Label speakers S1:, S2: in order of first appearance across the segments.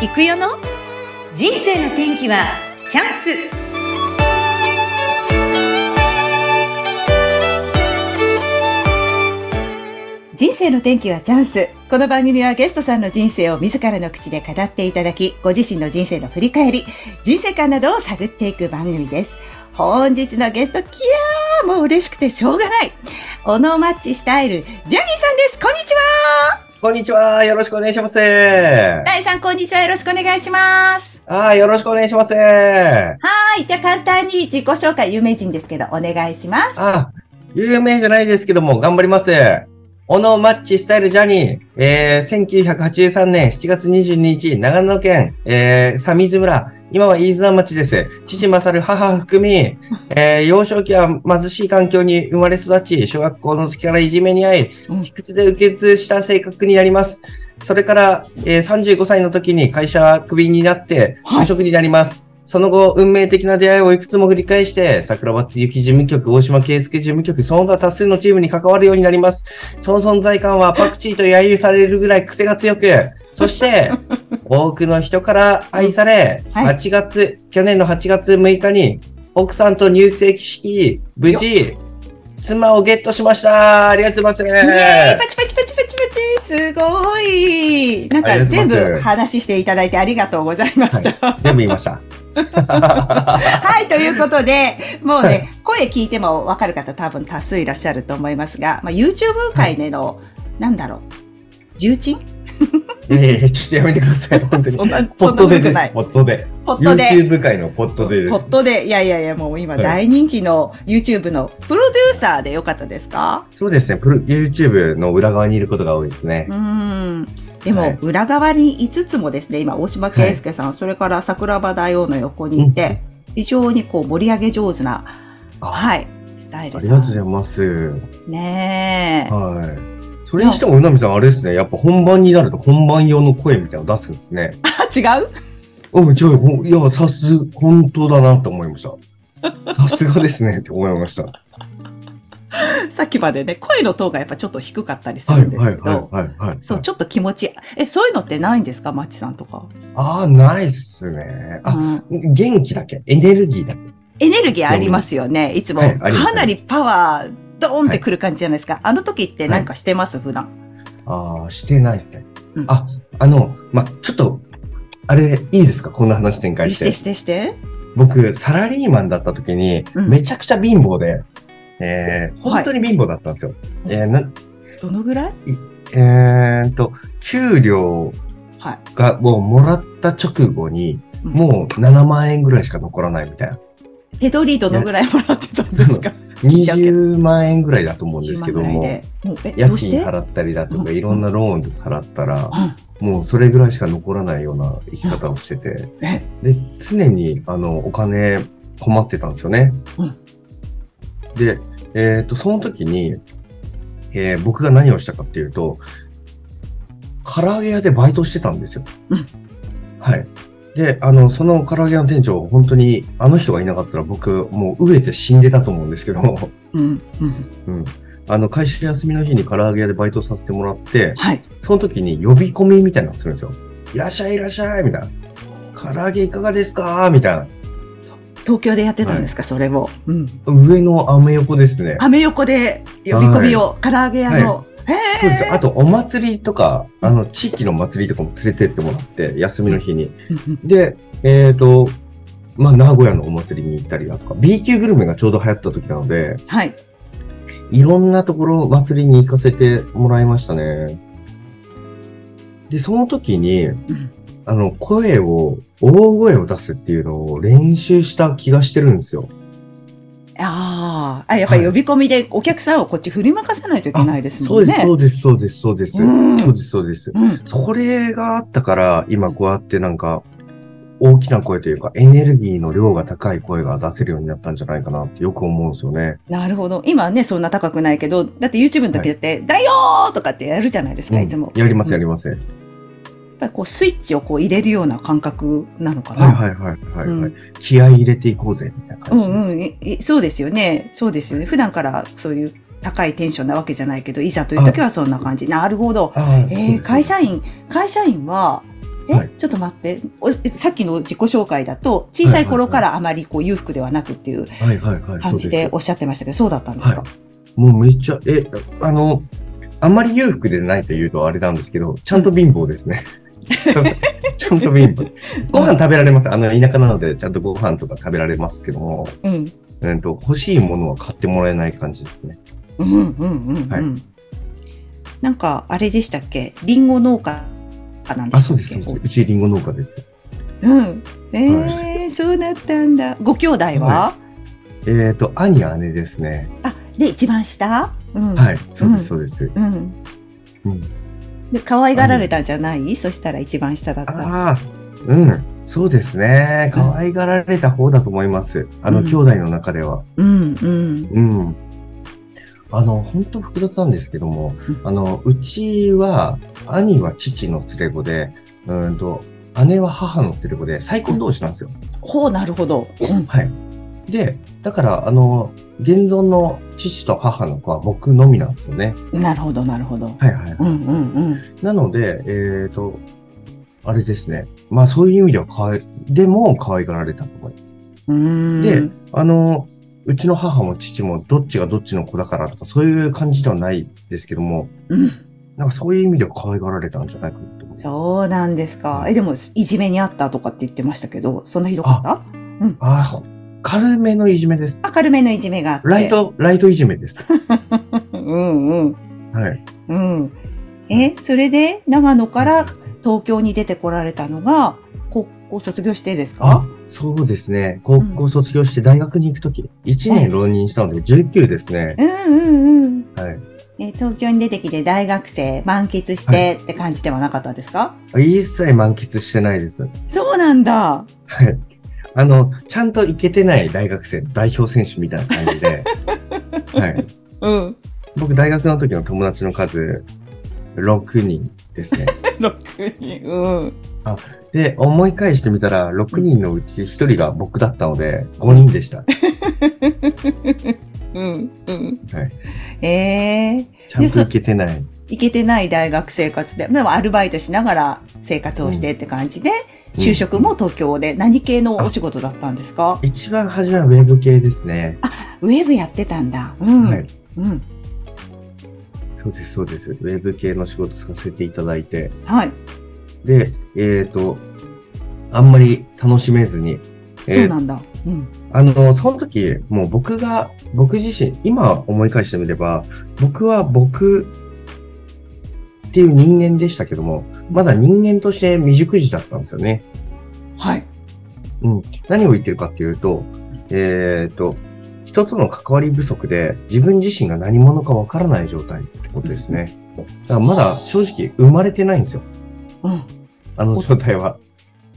S1: 行くよの人生の天気はチャンス人生の天気はチャンスこの番組はゲストさんの人生を自らの口で語っていただきご自身の人生の振り返り人生観などを探っていく番組です本日のゲストキャーもう嬉しくてしょうがないオノマッチスタイルジャニーさんですこんにちは
S2: こんにちは。よろしくお願いします。あ
S1: 第3こんにちはよろしくお願いします
S2: ー、よろしくお願いします。あ
S1: はい、じゃあ簡単に自己紹介、有名人ですけど、お願いします。
S2: ー、有名じゃないですけども、頑張ります。オノマッチスタイルジャニー、えー、1983年7月22日、長野県、えー、三水村、今は飯綱町です。父勝る母含み、えー、幼少期は貧しい環境に生まれ育ち、小学校の時からいじめに遭い、
S1: うん
S2: 卑屈で受け継した性格になります。それから、えー35歳の時に会社クビになって、
S1: はい
S2: 無職になります。その後、運命的な出会いをいくつも繰り返して、桜庭つゆき事務局、大島圭介事務局、その他多数のチームに関わるようになります。その存在感はパクチーと揶揄されるぐらい癖が強く、そして、多くの人から愛され、
S1: はい
S2: 8月、去年の8月6日に、奥さんと入籍式、無事、妻をゲットしましたありがとうございます
S1: イエーイパチパチパチパチパチすごいなん
S2: あ
S1: か
S2: りがとう
S1: 全
S2: ございます
S1: 部話していただいてありがとうございました。はい、
S2: 全部言いました。
S1: ということで、もうね、声聞いてもわかる方多分多数いらっしゃると思いますが、まあ、YouTube 界での、なんだろう、重鎮
S2: いやいや、ちょっとやめてくだ さい、本当に。
S1: そんな、
S2: ポ
S1: そ
S2: ッ
S1: んな
S2: トで
S1: こと
S2: で
S1: な
S2: す、
S1: い。
S2: ポットで。
S1: ポットで。
S2: YouTube 界のポットでで
S1: ポッ
S2: す。
S1: トで、いやいやいや、もう今大人気の YouTube のプロデューサーでよかったですか
S2: そうですね、プロ YouTube の裏側にいることが多いですね
S1: う。ん。でも、
S2: はい
S1: 裏側に5つもですね、今、大島圭介さん、それから桜庭大王の横にいて、非常にこう盛り上げ上手な、
S2: あ
S1: はい、スタイル
S2: ありがとうご
S1: さ
S2: ざいます。
S1: ん。ねえ。
S2: はい。それにしても、うなみさん、あれですね、やっぱ本番になると本番用の声みたいなの出すんですね。
S1: あ、違う
S2: うん、違う、ほんいや、さす、本当だなと思い ました。さすがですね、って思いました。は
S1: さっきまでね、声のトーンがやっぱちょっと低かったりす
S2: い、
S1: るんです
S2: は
S1: け
S2: い、は
S1: ど、
S2: い、はい、はい。
S1: そう、ちょっと気持ち、え、そういうのってないんですかマッチさんとか。
S2: ああ、ないっすね。あ、
S1: うん
S2: 元気だけ、エネルギーだけ。
S1: エネルギーありますよね。いつも、
S2: はいあります
S1: かなりパワー、ドーンってくる感じじゃないですか。あの時って何かしてます、普段。
S2: ああ、してないですね。
S1: うん
S2: あ、あの、ま、ちょっと、あれ、いいですかこんな話展開し
S1: してて。してして。
S2: 僕、サラリーマンだった時に、
S1: うん
S2: めちゃくちゃ貧乏で、えー、本当に貧乏だったんですよ。
S1: はい
S2: えーな
S1: どのぐらい
S2: えーっと、給料
S1: はい。
S2: がもうもらった直後に、
S1: うん
S2: もう7万円ぐらいしか残らないみたいな。
S1: 手取りどのぐらいもらってたんです か聞いちゃうけど
S2: 20万円ぐらいだと思うんですけ
S1: 10
S2: ど
S1: 万ぐらい
S2: も
S1: で、。もうえ、ど
S2: 家
S1: うし
S2: 賃
S1: て
S2: 払ったりだと
S1: う
S2: か、
S1: ん
S2: いろんなローンとか払ったら、
S1: う
S2: もうそれぐらいしか残らないような生き方をしてて。
S1: んえ、
S2: で、常に、あの、お金困ってたんですよね。
S1: うん
S2: で、えっ、と、その時に、えー僕が何をしたかっていうと、唐揚げ屋でバイトしてたんですよ。
S1: うん
S2: はい。で、あの、その唐揚げ屋の店長、本当に、あの人がいなかったら僕、もう飢えて死んでたと思うんですけど、
S1: うん、うん。
S2: うん。あの、会社休みの日に唐揚げ屋でバイトさせてもらって、
S1: はい。
S2: その時に呼び込みみたいなのするんですよ。いらっしゃいいらっしゃいみたいな。唐揚げいかがですかみたいな。
S1: 東京でやってたんですか、それを。うん。
S2: 上のアメ横ですね。
S1: アメ横で呼び込みを、唐揚げ屋の。え
S2: そうです。あと、お祭りとか、あの、地域の祭りとかも連れてってもらって、休みの日に。
S1: うんうん
S2: で、えっ、と、まあ、名古屋のお祭りに行ったりだとか、B 級グルメがちょうど流行った時なので、
S1: はい。
S2: いろんなところ祭りに行かせてもらいましたね。で、その時に、
S1: ん
S2: あの、声を、大声を出すっていうのを練習した気がしてるんですよ。
S1: あーあ、やっぱり呼び込みでお客さんをこっち振りまかさないといけないです
S2: そ
S1: も
S2: うんで
S1: ね。
S2: す、そうです、そうです、そうです。
S1: うん
S2: そうです、そうです。
S1: うん。
S2: それがあったから、今こうやってなんか、大きな声というか、エネルギーの量が高い声が出せるようになったんじゃないかなってよく思うんですよね。
S1: なるほど。今はね、そんな高くないけど、だって YouTube の時だって、だよーとかってやるじゃないですか、いつも。
S2: やります、
S1: うん
S2: やります。はい
S1: やっぱりこう、スイッチをこう入れるような感覚なのかな。
S2: はいはいはい、
S1: う
S2: はい
S1: ん
S2: 気合い入れていこうぜ、みたいな
S1: う
S2: 感じです。
S1: んうんいい、そうですよね。そうですよね。普段からそういう高いテンションなわけじゃないけど、いざという時はそんな感じ。なるほど。
S2: ああそうです
S1: えー、会社員、会社員は、え、
S2: はい
S1: ちょっと待っておさっきの自己紹介だと、小さい頃からあまりこう裕福ではなくっていう
S2: はいはいはい。
S1: 感じ
S2: そう
S1: ですおっしゃってましたけど、そうだったんですか、
S2: もうめっちゃ、え、あの、あんまり裕福でないと言うとあれなんですけど、ちゃんと貧乏ですね。ちゃんとちゃんと貧乏。ご飯食べられます。あの、田舎なので、ちゃんとご飯とか食べられますけども、
S1: うん。
S2: うんと、欲しいものは買ってもらえない感じですね。
S1: うんうんうんうん。
S2: はい
S1: なんか、あれでしたっけリンゴ農家なんで
S2: あ、
S1: したっ
S2: そう
S1: け
S2: です。そうですうちリンゴ農家です。
S1: うん。えーそうだったんだ。ご兄弟は、
S2: えっ、と、兄、姉ですね。
S1: あ、で、一番下うん。
S2: はい。そうで
S1: うん
S2: す、そうです。
S1: うん。
S2: うん。
S1: で、可愛がられたんじゃないそしたら一番下だった。
S2: ああ、うん。そうですね。可愛がられた方だと思います。あの、
S1: うん
S2: 兄弟の中では。
S1: うんうん。
S2: うん。あの、本当複雑なんですけども
S1: うん、
S2: あの、うちは、兄は父の連れ子で、うーんと、姉は母の連れ子で、再婚同士なんですよ。
S1: ほう、なるほど。うん
S2: はい。で、だから、あの、現存の父と母の子は僕のみなんですよね。
S1: なるほど、なるほど。
S2: はいはい。
S1: うんうんうん。
S2: なので、えーと、あれですね。まあそういう意味ではかわい、でも可愛がられたと思います。
S1: うーん
S2: で、あの、うちの母も父もどっちがどっちの子だからとかそういう感じではないですけども、
S1: うん、
S2: なんかそういう意味では可愛がられたんじゃないかなと思います。
S1: そうなんですか。え、でも、いじめにあったとかって言ってましたけど、そんなひどかった
S2: ああ、ほ軽めのいじめです。
S1: 明るめのいじめがあって。
S2: ライト、ライトいじ めです。
S1: うんうん。
S2: はい。
S1: うん。え、それで、長野から東京に出てこられたのが、高校卒業してです
S2: あ
S1: か
S2: そうですね。高校卒業して大学に行くとき、1年浪人したので19ですね。
S1: うんうんうん。
S2: はい。
S1: え、東京に出てきて大学生満喫してって感じではなかったですか、
S2: 一切満喫してないです。
S1: そうなんだ。
S2: はい。あの、ちゃんと行けてない大学生の代表選手みたいな感 じで、はい。
S1: うん。
S2: 僕、大学の時の友達の数、6人ですね。
S1: 6人。うん。
S2: で、思い返してみたら、6人のうち1人が僕だったので、5人でした。
S1: うんうん。
S2: はい。
S1: えー、
S2: ちゃんと行けてない。
S1: 行けてない大学生活で、でもアルバイトしながら生活をしてって感じで、就職も東京で何系のお仕事だったんですか
S2: 一番初めはウェブ系ですね。
S1: ウェブやってたんだ。うん。
S2: はい。
S1: うん。
S2: そうです、そうです。ウェブ系の仕事させていただいて。
S1: はい。
S2: で、えっ、と、あんまり楽しめずに、え
S1: そう
S2: ー
S1: なんだ。うん。
S2: あの、その時、もう僕が、僕自身、今思い返してみれば、僕は僕っていう人間でしたけども、まだ人間として未熟児だったんですよね。
S1: はい。
S2: うん。何を言ってるかっていうと、えっ、と、人との関わり不足で自分自身が何者かわからない状態ってことですね。だからまだ正直生まれてないんですよ。
S1: うん。
S2: あの状態は。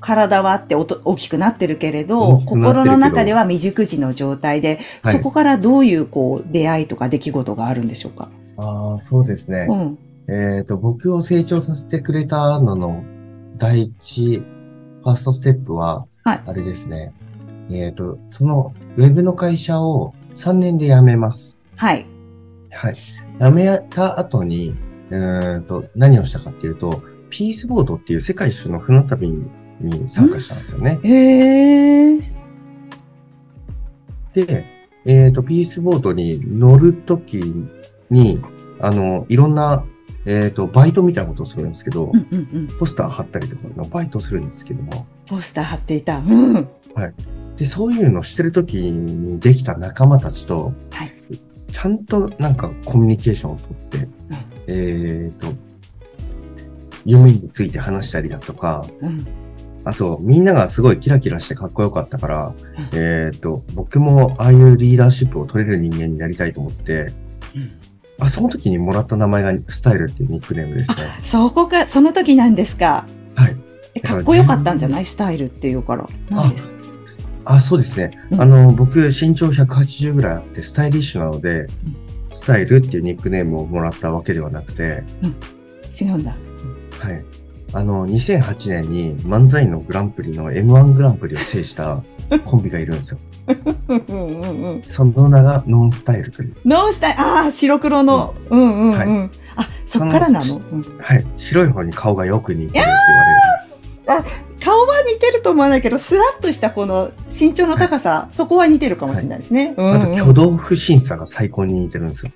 S1: 体はあっておと大きくなってるけれど、
S2: 大きくなって
S1: 心
S2: るけど
S1: の中では未熟児の状態で、
S2: はい
S1: そこからどういうこう出会いとか出来事があるんでしょうか。
S2: ああ、そうですね
S1: うん。
S2: えっ、と、僕を成長させてくれたのの第一、ファーストステップは、
S1: はい
S2: あれですね。えっ、と、その、ウェブの会社を3年で辞めます。
S1: はい。
S2: はい。辞めた後に、うーんと、何をしたかっていうと、ピースボードっていう世界一周の船旅に参加したんですよね。
S1: へえ。
S2: で、えっ、と、ピースボードに乗るときに、あの、いろんな、えっ、と、バイトみたいなことをするんですけど、
S1: うんうんうん。
S2: ポスター貼ったりとかのバイトするんですけども、
S1: ポスター貼っていた。うん。
S2: で、そういうのしてる時にできた仲間たちと、
S1: はい
S2: ちゃんとなんかコミュニケーションをとって、えっ、と、夢について話したりだとか、
S1: うん。
S2: あと、みんながすごいキラキラしてかっこよかったから、えっ、と、僕もああいうリーダーシップを取れる人間になりたいと思って、
S1: うん
S2: あ、その時にもらった名前がスタイルっていうニックネームですね。
S1: そこが、その時なんですか。
S2: はい。
S1: えかっこよかったんじゃないスタイルっていうから。なんです。
S2: あ、そうですね
S1: う。ん
S2: あの、僕、身長180ぐらいあって、スタイリッシュなので、スタイルっていうニックネームをもらったわけではなくて、
S1: 違うんだ。
S2: はい。あの、2008年に漫才のグランプリの M1 グランプリを制したコンビがいるんですよ。
S1: うんうんうんうん。
S2: その名がノンスタイルという。
S1: ノンスタイル、ああ、白黒の。うんうんうん。
S2: は
S1: あ、そっからなの。うん
S2: はい。白い方に顔がよく似てるって言われる。
S1: あ顔は似てると思わないけど、スラッとしたこの身長の高さ、そこは似てるかもしれないですね。
S2: あ
S1: う
S2: と、
S1: んうん
S2: 挙動不審さが最高に似てるんで すよ。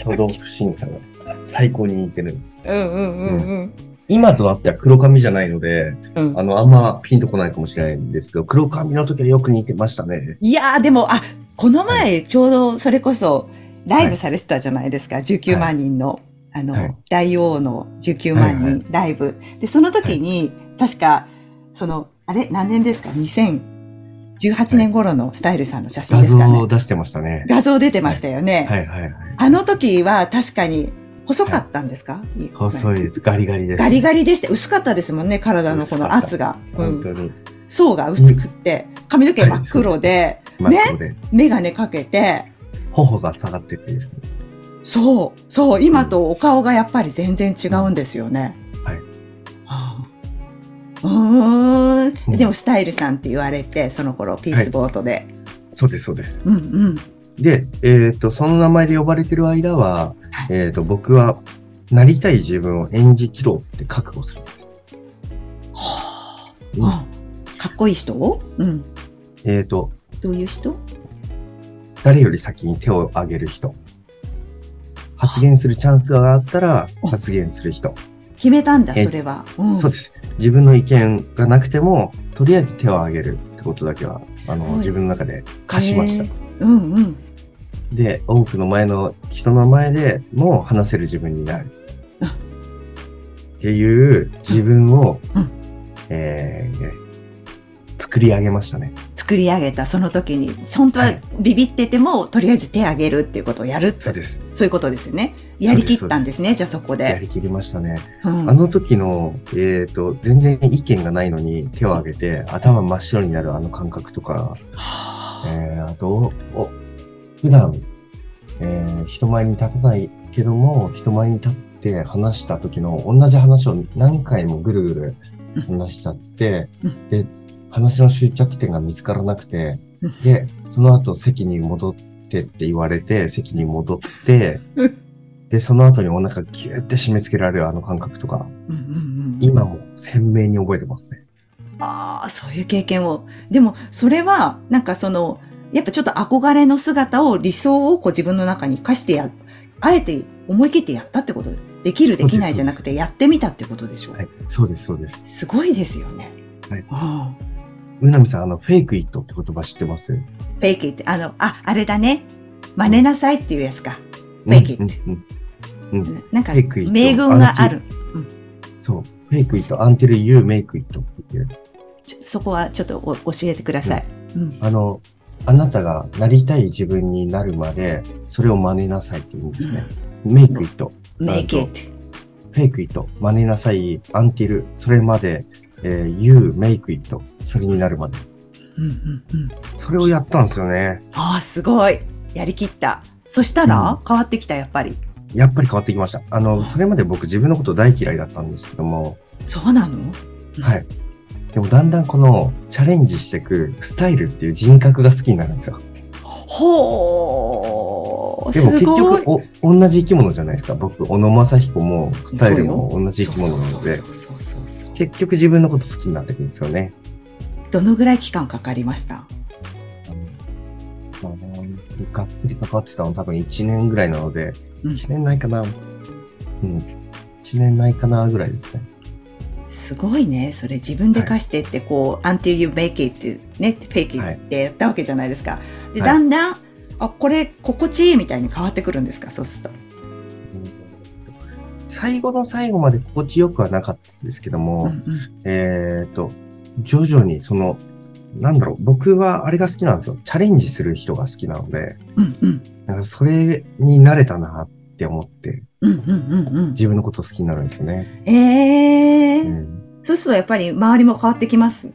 S2: 挙動不審さが最高に似てるんです。
S1: うんうんうんうん
S2: 今となっては黒髪じゃないので、
S1: うん。
S2: あの、あんまピンとこないかもしれないんですけど、黒髪の時はよく似てましたね。
S1: いやー、でも、あ、この前、ちょうどそれこそ、ライブされてたじゃないですか、19万人の、あの、
S2: はい
S1: 大王の19万
S2: はいは
S1: 人ライブ。で、その時に、確か、その、あれ、何年ですか ?2018 年頃のスタイルさんの写真
S2: 画
S1: です
S2: 像
S1: かね。
S2: を出してましたね。
S1: 画像出てましたよね。
S2: はいはいはい。
S1: あの時は確かに細かったんですか、い
S2: 細いです。ガリガリです。
S1: ガリガリでした。薄かったですもんね、体のこの圧が。う
S2: 本当
S1: ん、
S2: に。
S1: 層が薄くって、髪の毛真っ黒で、
S2: 真っ黒で。
S1: メガネかけて、
S2: 頬が下がっててですね。
S1: そう、そう、今とお顔がやっぱり全然違うんですよね。
S2: はい
S1: ああ。うー。
S2: うんん
S1: でも、スタイルさんって言われて、その頃、ピースボートで。
S2: そうです、そうです。
S1: うんうん。
S2: で、えっ、と、その名前で呼ばれてる間は、
S1: はい
S2: えっ、と、僕は、なりたい自分を演じきろうって覚悟するんです。
S1: は
S2: うん
S1: あ。うんかっこいい人うん。
S2: えっ、と、
S1: どういう人
S2: 誰より先に手を挙げる人。発言するチャンスがあったら、
S1: あ
S2: 発言する人。
S1: 決めたんだ、
S2: え
S1: それは。うん。
S2: そうです。自分の意見がなくても、とりあえず手を挙げるってことだけは、あ
S1: すごい
S2: の、自分の中で課しました
S1: へ。うんうん。
S2: で、多くの前の人の前でも話せる自分になる
S1: あ。
S2: っていう自分を、
S1: うん
S2: えー、作り上げましたね。
S1: 作り上げた、その時に、本当は
S2: はい
S1: ビビってても、とりあえず手挙げるっていうことをやるって
S2: そうです。
S1: そういうことですよね。やりきったんですね、じゃあそこ
S2: や
S1: で。
S2: りきりましたね。
S1: うん
S2: あの時の、えっ、と、全然意見がないのに手を挙げて頭真っ白になるあの感覚とか、えー、あと、お、普段、えー人前に立たないけども、人前に立って話した時の同じ話を何回もぐるぐる話しちゃって、
S1: うん
S2: で、話の終着点が見つからなくて
S1: うん、
S2: で、その後席に戻ってって言われて、席に戻って
S1: うん、
S2: で、その後にお腹キューって締め付けられるあの感覚とか、
S1: うんうんうん
S2: 今も鮮明に覚えてますね。
S1: ああ、そういう経験を。でも、それは、なんかその、やっぱちょっと憧れの姿を、理想をこう自分の中に課してや、あえて思い切ってやったってことで、できる、
S2: そ
S1: で
S2: うです
S1: きないじゃなく
S2: そう
S1: て、やってみたってことでしょ。
S2: はい。そうです、そうです。
S1: すごいですよね。
S2: はい
S1: ああ
S2: うなみさん、あの、フェイクイットって言葉知ってますフ
S1: フェイキーって、あの、あ、あれだね。真似なさいっていうやつか。フェイクイット
S2: うんうんうん
S1: なんか、
S2: フェイクイット
S1: 名群がある。
S2: そう。フェイクイット、アンテルユーメイクイットって言ってる。
S1: ちょそこはちょっとお教えてください。うん
S2: あの、あなたがなりたい自分になるまで、それを真似なさいって言うんですね。メイクイット、
S1: make it.
S2: フェイクイット、真似なさい、アンティル、それまで、えー、you, make it、それになるまで。
S1: うんうんうん。
S2: それをやったんですよね。
S1: ああ、すごい。やりきった。そしたら、
S2: う
S1: 変わってきた、やっぱり。
S2: やっぱり変わってきました。あの、それまで僕自分のこと大嫌いだったんですけども、
S1: そうなの
S2: はい。でもだんだんこのチャレンジしていくスタイルっていう人格が好きになるんですよ。
S1: ほー。
S2: でも
S1: す
S2: 結
S1: ご
S2: 局
S1: い。
S2: お、同じ生き物じゃないですか。僕、小野正彦も、スタイルも同じ生き物な
S1: そ
S2: の
S1: う
S2: で
S1: そ、うそうそうそうそう。
S2: 結局自分のこと好きになってくるんですよね。
S1: どのぐらい期間かかりました
S2: まあがっつり関わってたの多分1年ぐらいなので、
S1: うん
S2: 1年ないかな。うん。1年ないかなぐらいですね。
S1: すごいね。それ自分で貸してって、こう、until you make it ってね、fake it ってやったわけじゃないですか。で、
S2: はい
S1: だんだん、あ、これ、心地いいみたいに変わってくるんですかそうすると。
S2: 最後の最後まで心地よくはなかったんですけども、
S1: うんうん
S2: えー、と、徐々にその、なんだろう、僕はあれが好きなんですよ。チャレンジする人が好きなので、
S1: うんうん。
S2: なんかそれに慣れたなって思って、
S1: うんうんうんうん。
S2: 自分のこと好きになるんですよね。
S1: ええ
S2: う
S1: ー。
S2: ん、
S1: そうするとやっぱり周りも変わってきます。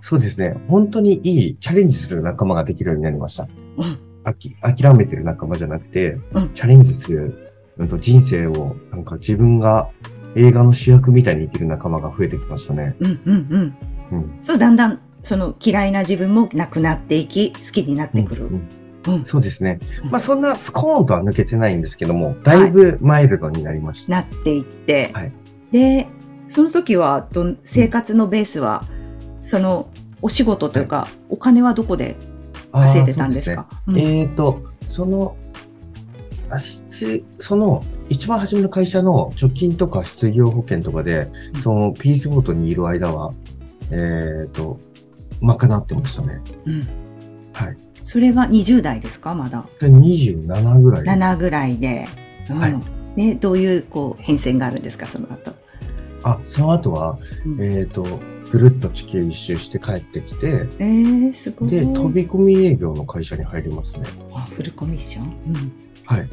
S2: そうですね。本当にいいチャレンジする仲間ができるようになりました。
S1: うん
S2: あき諦めてる仲間じゃなくて、
S1: うん
S2: チャレンジする、うん、と人生を、なんか自分が映画の主役みたいに生きる仲間が増えてきましたね。
S1: うんうんうん。
S2: うん。
S1: そう、だんだん、その嫌いな自分もなくなっていき、好きになってくる。
S2: うん
S1: うん
S2: そうですね
S1: う。ん
S2: まあそんなスコーンとは抜けてないんですけども、だいぶマイルドになりました。
S1: なっていって、
S2: はい
S1: でその時はどん、生活のベースは、そのお仕事というか、お金はどこで
S2: あー
S1: 稼いでたんで
S2: そう
S1: す
S2: ね
S1: かうん
S2: えー、と、その、あ失その、一番初めの会社の貯金とか失業保険とかで、その、ピースボートにいる間は、えー、と、賄ってましたね。
S1: うん
S2: はい。
S1: それが20代ですかまだ。
S2: で27ぐらい。
S1: 7ぐらいで。うん
S2: はい
S1: ね、どういうこう変遷があるんですかその後。
S2: あ、その後は、
S1: うん
S2: えー、と、ぐるっと地球一周して帰ってきて、
S1: えー、すごい。
S2: で、飛び込み営業の会社に入りますね。
S1: あフルコミッション、うん
S2: はい。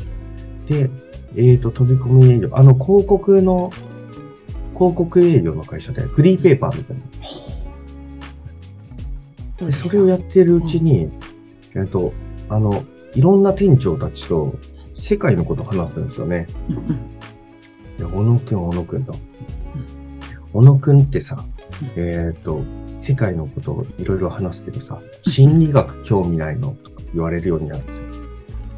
S2: で、えー、と、飛び込み営業。あの、広告の、広告営業の会社で、フリーペーパーみたいな。
S1: どう
S2: で
S1: でした
S2: それをやってるうちに、えっと、あの、いろんな店長たちと世界のことを話すんですよね。
S1: うんうん
S2: で、小野くん、小野くんと。小野くんってさ、
S1: うん
S2: えっ、と、世界のことをいろいろ話すけどさ、心理学興味ないのとか言われるようになるんですよ。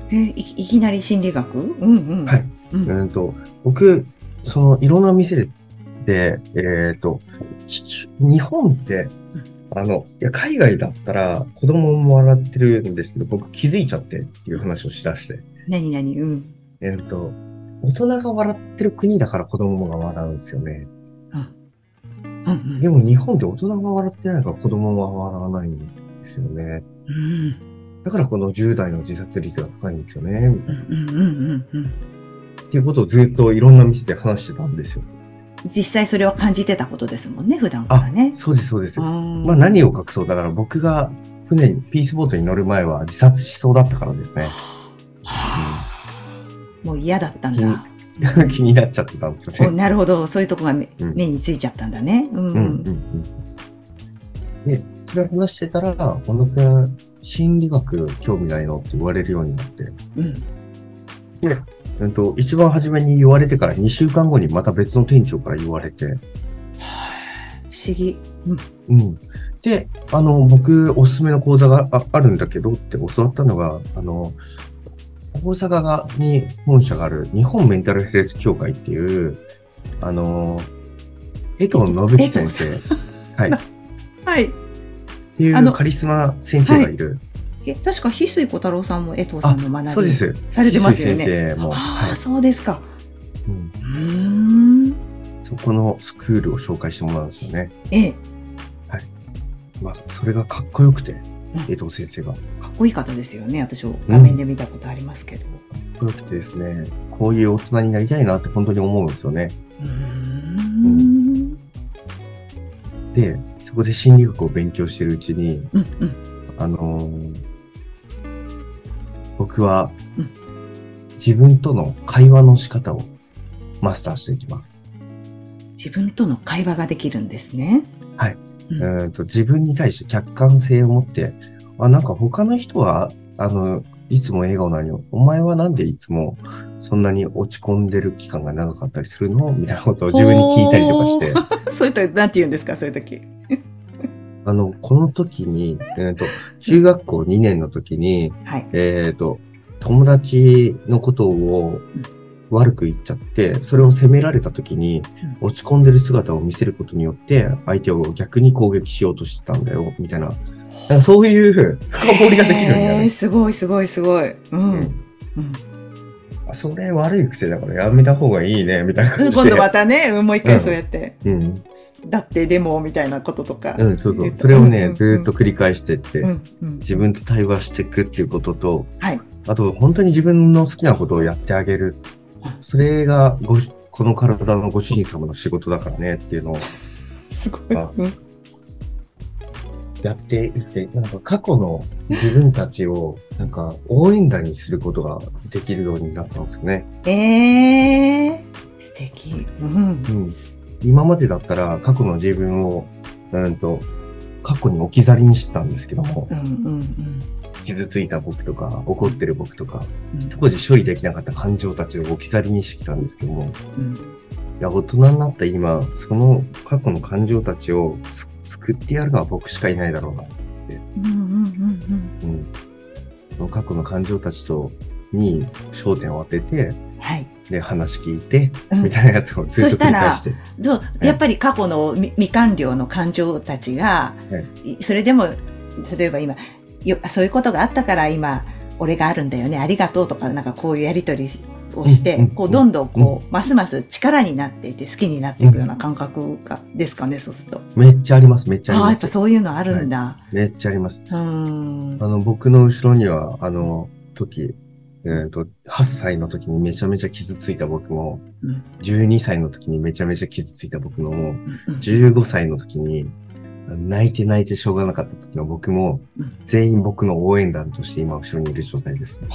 S1: えーいいきなり心理学うんうん。
S2: はい
S1: うん
S2: えっ、と、僕、その、いろんな店で、えっ、と、ち日本って、あの、いや、海外だったら子供も笑ってるんですけど、僕気づいちゃってっていう話をしだして。
S1: 何々うん。
S2: えっと、大人が笑ってる国だから子供が笑うんですよね。
S1: あうんうん
S2: でも日本って大人が笑ってないから子供は笑わないんですよね。
S1: うん
S2: だからこの10代の自殺率が高いんですよね。
S1: うんうんうんうんうん
S2: っていうことをずっといろんな店で話してたんですよ。
S1: 実際それは感じてたことですもんね普段からね。
S2: そうです、そうです。ま
S1: ま
S2: あ何を隠そうだから僕が船に、ピースボートに乗る前は自殺しそうだったからですね。
S1: もう嫌だったんだ。
S2: 気になっちゃってたんですよ
S1: お
S2: ね。
S1: なるほどそういうとこが目,、
S2: うん
S1: 目についちゃったんだね。うんう
S2: うん
S1: ん
S2: うんうん。で、それを話してたら、小野くん、心理学興味ないのって言われるようになって。
S1: うん
S2: うんと、一番初めに言われてから2週間後にまた別の店長から言われて、
S1: 不思議。うん
S2: うん。で、あの、僕、おすすめの講座がああるんだけどって教わったのが、あの、大阪がに本社がある日本メンタルヘルス協会っていう、あの、江藤信樹先生。はい。っ
S1: はい。
S2: てい
S1: あの
S2: うカリスマ先生がいる。
S1: え確か翡翠小太郎さんも江藤さんの学び
S2: そうです。
S1: されてますよ
S2: 翡
S1: ね。
S2: 翠先生も、
S1: ああ、
S2: はい
S1: そうですか。
S2: うん
S1: うーん。
S2: そこのスクールを紹介してもらうんですよね。
S1: ええ、
S2: まあ、それがかっこよくて、江藤先生が。
S1: かっこいい方ですよね。私を画面で見たことありますけど。
S2: かっこよくてですね、こういう大人になりたいなって本当に思うんですよね。
S1: うーん。
S2: で、そこで心理学を勉強してるうちに、
S1: うんうん。
S2: あのー僕は
S1: うん
S2: 自分との会話の仕方をマスターしていきます。
S1: 自分との会話ができるんですね。
S2: はい
S1: うん。
S2: うーんと自分に対して客観性を持って、あ、なんか他の人は、あの、いつも笑顔なのに、お前はなんでいつもそんなに落ち込んでる期間が長かったりするのみたいなことを自分に聞いたりと かして。
S1: そういうと、なんて言うんですか、そういう時。
S2: あの、この時に、えっ、と、中学校2年の時に、
S1: はい。
S2: えっ、と、友達のことを悪く言っちゃって、それを責められた時に、落ち込んでる姿を見せることによって、相手を逆に攻撃しようとしてたんだよ、みたいな。なんかそういう 深掘りができるんだよ
S1: へー
S2: ね。
S1: すごい、すごい、すごい。うん。
S2: う
S1: うん
S2: んあそれ悪い癖だからやめた方がいいね、みたいな感じ
S1: 今
S2: で
S1: 度。またね、うんもう一回そうやって、
S2: うん。
S1: だってでもみたいなこととか。
S2: うん、そうそ
S1: 言
S2: う。
S1: と
S2: それをね、ずーっと、繰り返してって
S1: うんう、んうん
S2: 自分と対話していくっていうことと、
S1: はい
S2: あと本当に自分の好きなことをやってあげる。それがごしこの体のご主人様の仕事だからねっていうのを
S1: すごい。
S2: あ
S1: うん
S2: やっていって、なんか過去の自分たちをなんか応援団にすることができるようになったんですよね。
S1: えー、素敵。うん
S2: う。ん。今までだったら過去の自分を、うんと、過去に置き去りにしてたんですけども
S1: うん、うん
S2: 傷ついた僕とか、怒ってる僕とか、
S1: うん
S2: 当時処理できなかった感情たちを置き去りにしてきたんですけども、
S1: うん。
S2: いや、大人になった今、その過去の感情たちをす救ってやるのは僕しかいないだろうな。
S1: うんうんうん
S2: うん。その過去の感情たちと、に焦点を当てて、
S1: うん。ははい。
S2: で、話聞いて、
S1: うん
S2: みたいなやつをずっ
S1: そし
S2: と
S1: た
S2: 繰り
S1: ら
S2: 返して。
S1: そう、
S2: い
S1: やっぱり過去の未未完了の感情たちが、いそれでも、例えば今よ、そういうことがあったから今、俺があるんだよね、ありがとうとか、なんかこういうやりとりをし
S2: うんう
S1: て
S2: ん、
S1: こう、どんどんこう、ますます力になっていて、好きになっていくような感覚が、ですかね、そうすると。
S2: めっちゃあります、めっちゃあり
S1: ああ、
S2: ま
S1: やっぱ
S2: す。
S1: そういうのあるんだ。
S2: めっちゃあります。
S1: うーん。
S2: あの、僕の後ろには、あの、時、えっ、と、8歳の時にめちゃめちゃ傷ついた僕も、
S1: うん
S2: 12歳の時にめちゃめちゃ傷ついた僕のも、
S1: うん
S2: 15歳の時に、泣いて泣いてしょうがなかった時の僕も、
S1: うん
S2: 全員僕の応援団として今後ろにいる状態です。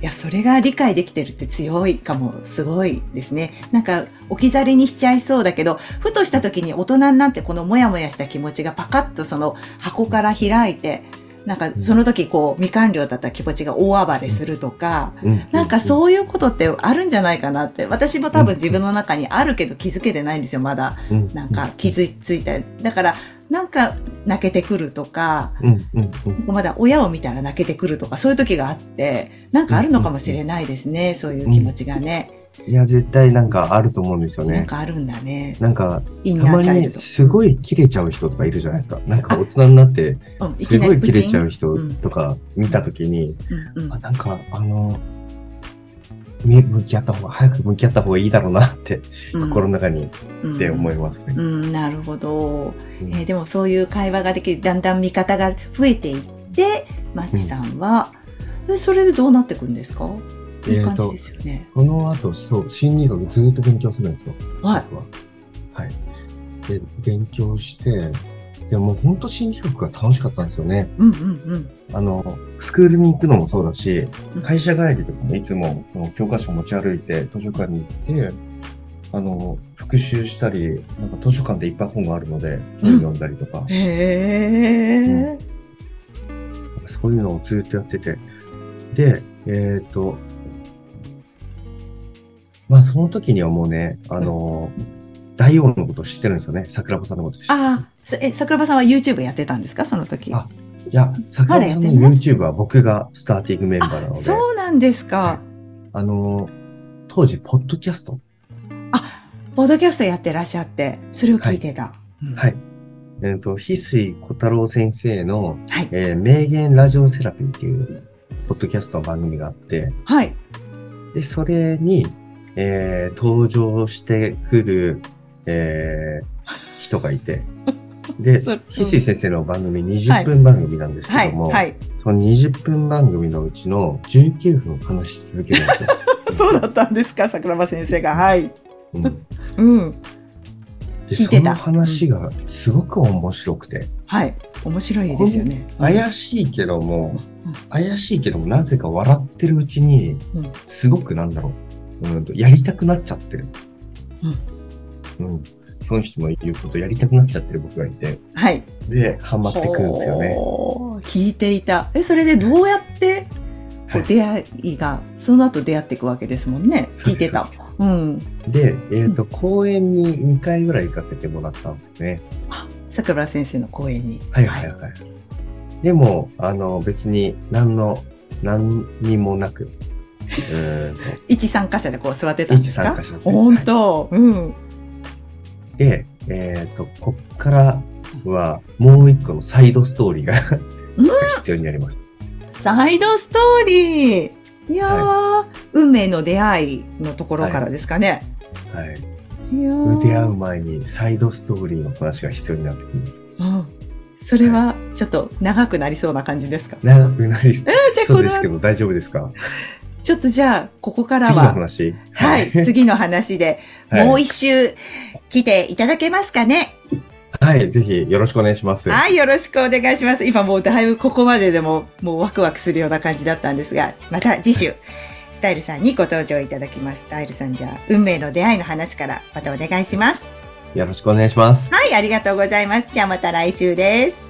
S1: いや、それが理解できてるって強いかも、すごいですね。なんか、置き去りにしちゃいそうだけど、ふとした時に大人になってこのモヤモヤした気持ちがパカッとその箱から開いて、なんかその時こう、未完了だった気持ちが大暴れするとか、なんか
S2: う
S1: そういうことってあるんじゃないかなって、私も多分自分の中にあるけど気づけてないんですよ、まだ。
S2: う、う
S1: なんか、傷ついたり。だから、なんか泣けてくるとか、
S2: うん、うん、うん。
S1: まだ親を見たら泣けてくるとか、そういう時があって、なんかあるのかもしれないですね、そういう気持ちがね。
S2: いや、絶対なんかあると思うんですよ
S1: なん
S2: ね。
S1: かあるんだね。
S2: なんか、
S1: イン
S2: た
S1: ナ
S2: ま
S1: ーチャイ
S2: に
S1: ルド。
S2: すごい切れちゃう人とかいるじゃないですか。なんか大人になって、
S1: うん
S2: すごい切れちゃう
S1: う。
S2: 人とか見たときに、
S1: うんうん
S2: あなんか、あの、ね、向き合った方が、早く向き合った方がいいだろうなって、
S1: うん
S2: 心の中にって思
S1: う
S2: い
S1: ん
S2: ますね。
S1: うん、なるほど、
S2: うん
S1: えーでもそういう会話ができる、だんだん見方が増えていって、マッチさんは、えそれでどうなってくるんですかいい
S2: えー
S1: 感じ
S2: と
S1: ですよね。
S2: その後、そう、心理学ずっと勉強するんですよ。
S1: はい。
S2: 僕は。はい。で、勉強して、でも本当心理学が楽しかったんですよね。
S1: うんうん
S2: あの、スクールに行くのもそうだし
S1: うん、
S2: 会社帰りとかもいつもこの教科書持ち歩いて図書館に行って、あの、復習したり、なんか図書館でいっぱい本があるので、本読んだりとか
S1: うん。、へえ、
S2: そういうのをずっとやってて。で、えっ、と、まあその時にはもうね、あの、大王のこと知ってるんですよね。桜庭さんのこと知ってる。
S1: ああ、そえ、桜庭さんは YouTube やってたんですかその時。
S2: あいや、桜庭さんの
S1: まだや
S2: YouTube は僕がスターティングメンバーなので、
S1: そうなんですか。
S2: あの、当時、ポッドキャスト。
S1: あ、ポッドキャストやってらっしゃって、それを聞いてた。うん
S2: はい。えっ、と、翡翠小太郎先生の、
S1: はい。
S2: えー名言ラジオセラピーっていう、ポッドキャストの番組があって、
S1: はい。
S2: で、それに、えー登場してくる、えー人が いて、で、
S1: それうん
S2: 翡翠先生の番組20分番組なんです
S1: は
S2: け
S1: い。
S2: ども、
S1: はい。
S2: その20分番組のうちの19分話し続けるんですよ。
S1: そうだったんですか桜庭先生が。はい。
S2: うん
S1: うん。
S2: で、
S1: 聞い
S2: そ
S1: てた
S2: の話がすごく面白くて、
S1: はい。面白いですよね。
S2: 怪しいけども
S1: うん、
S2: 怪しいけども、なぜか笑ってるうちに
S1: うん、
S2: すごくなんだろう、うんと、やりたくなっちゃってる。うん。その人の言うことやりたくなっちゃってる僕がいて、
S1: はい。
S2: で、ハマってくるんですよね。
S1: ほー聞いていた。え、それでどうやって、こ
S2: は
S1: う
S2: い
S1: 出会いが、その後出会っていくわけですもんね。
S2: そう
S1: 聞
S2: で
S1: い
S2: す
S1: てた
S2: そう。
S1: うん。
S2: で、えっ、と、公演に2回ぐらい行かせてもらったんですよね。
S1: あ、桜庭先生の講演に。
S2: はいはいはい。でも、あの、別に、何の、何にもなく、うーんと、
S1: 一参加者でこう座ってたんで
S2: 一
S1: すか
S2: 参加者ですね
S1: 本当、うん。
S2: で、えっ、と、こっからは、もう一個のサイドストーリーが
S1: うん
S2: 必要になります。
S1: サイドストーリーいやー、運命の出会いのところからですかね。
S2: はい。
S1: い、やー
S2: 出会う前に、サイドストーリーの話が必要になってきます。
S1: うん。それはちょっと長くなりそうな感じですか、
S2: 長くなりす
S1: えーじゃあ
S2: そう
S1: こ
S2: ですけ
S1: の、
S2: ど、大丈夫ですか
S1: ちょっとじゃあ、ここから
S2: 次の
S1: は、
S2: 話。
S1: はい、次の話で、
S2: はい
S1: もう一周来ていただけますかね。
S2: はい、ぜひよろしくお願いします。
S1: はい、よろしくお願いします。今もうだいぶここまででももうワクワクするような感じだったんですが、また次週、スタイルさんにご登場いただきます。スタイルさんじゃあ、運命の出会いの話からまたお願いします。
S2: よろしくお願いします。
S1: はい、ありがとうございます。じゃあまた来週です。